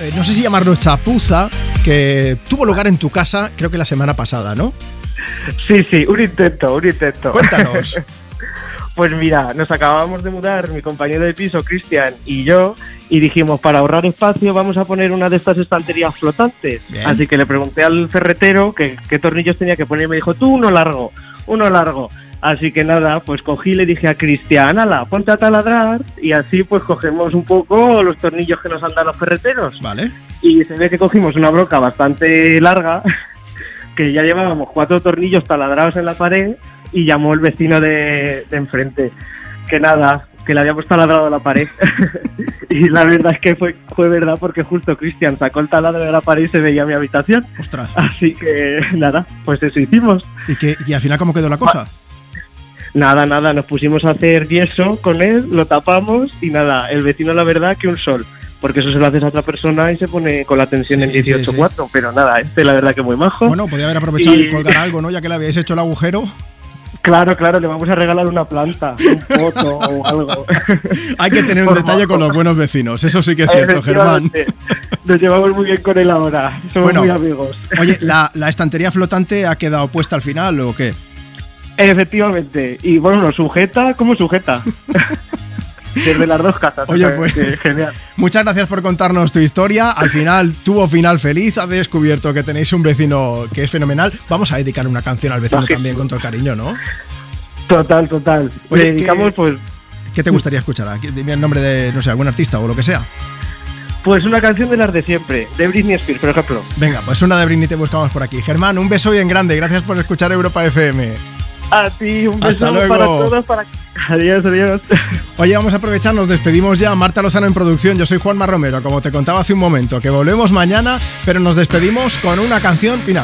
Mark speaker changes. Speaker 1: eh, no sé si llamarlo chapuza, que tuvo lugar en tu casa, creo que la semana pasada, ¿no?
Speaker 2: Sí, sí, un intento, un intento.
Speaker 1: Cuéntanos.
Speaker 2: Pues mira, nos acabábamos de mudar, mi compañero de piso, Cristian, y yo, y dijimos, para ahorrar espacio vamos a poner una de estas estanterías flotantes.
Speaker 1: Bien.
Speaker 2: Así que le pregunté al ferretero que- qué tornillos tenía que poner y me dijo, tú uno largo, uno largo. Así que nada, pues cogí y le dije a Cristian, ala, ponte a taladrar y así pues cogemos un poco los tornillos que nos han dado los ferreteros.
Speaker 1: Vale.
Speaker 2: Y se ve que cogimos una broca bastante larga, que ya llevábamos cuatro tornillos taladrados en la pared, y llamó el vecino de, de enfrente. Que nada, que le habíamos taladrado la pared. y la verdad es que fue, fue verdad, porque justo Cristian sacó el taladro de la pared y se veía mi habitación.
Speaker 1: Ostras.
Speaker 2: Así que nada, pues eso hicimos.
Speaker 1: ¿Y, qué- y al final cómo quedó la
Speaker 2: Ah,
Speaker 1: cosa?
Speaker 2: Nada, nada, nos pusimos a hacer yeso con él, lo tapamos y nada, el vecino la verdad que un sol, porque eso se lo haces a otra persona y se pone con la tensión
Speaker 1: Sí,
Speaker 2: en
Speaker 1: sí,
Speaker 2: 18.4, pero nada, este la verdad que muy majo.
Speaker 1: Bueno, podía haber aprovechado y
Speaker 2: Y-
Speaker 1: colgar algo, ¿no? Ya que le habíais hecho el agujero.
Speaker 2: Claro, claro, le vamos a regalar una planta, un foto o algo.
Speaker 1: Hay que tener un
Speaker 2: Por
Speaker 1: detalle con
Speaker 2: favor.
Speaker 1: los buenos vecinos, eso sí que es cierto, Germán.
Speaker 2: Efectivamente, Nos llevamos muy bien con él ahora, somos
Speaker 1: Bueno.
Speaker 2: muy amigos.
Speaker 1: Oye, ¿la, la estantería flotante ha quedado puesta al final o qué?
Speaker 2: Efectivamente, y bueno, sujeta, ¿cómo sujeta? Desde las dos casas.
Speaker 1: Oye,
Speaker 2: o sea,
Speaker 1: pues.
Speaker 2: que Genial.
Speaker 1: Muchas gracias por contarnos tu historia. Al final tuvo final feliz. Has descubierto que tenéis un vecino que es fenomenal. Vamos a dedicar una canción al vecino
Speaker 2: Ajá.
Speaker 1: también con todo el cariño, ¿no?
Speaker 2: Total, total.
Speaker 1: Oye,
Speaker 2: Le dedicamos
Speaker 1: que-
Speaker 2: pues
Speaker 1: ¿Qué te gustaría escuchar? Aquí Dime el nombre de, no sé, algún artista o lo que sea.
Speaker 2: Pues una canción de las de siempre, de Britney Spears, por ejemplo.
Speaker 1: Venga, pues una de Britney te buscamos por aquí. Germán, un beso bien grande. Gracias por escuchar Europa FM.
Speaker 2: A ti, un
Speaker 1: Hasta
Speaker 2: beso
Speaker 1: luego.
Speaker 2: para todos. Para... Adiós, adiós.
Speaker 1: Oye, vamos a aprovechar, nos despedimos ya. Marta Lozano en producción, yo soy Juanma Romero, como te contaba hace un momento, que volvemos mañana, pero nos despedimos con una canción final.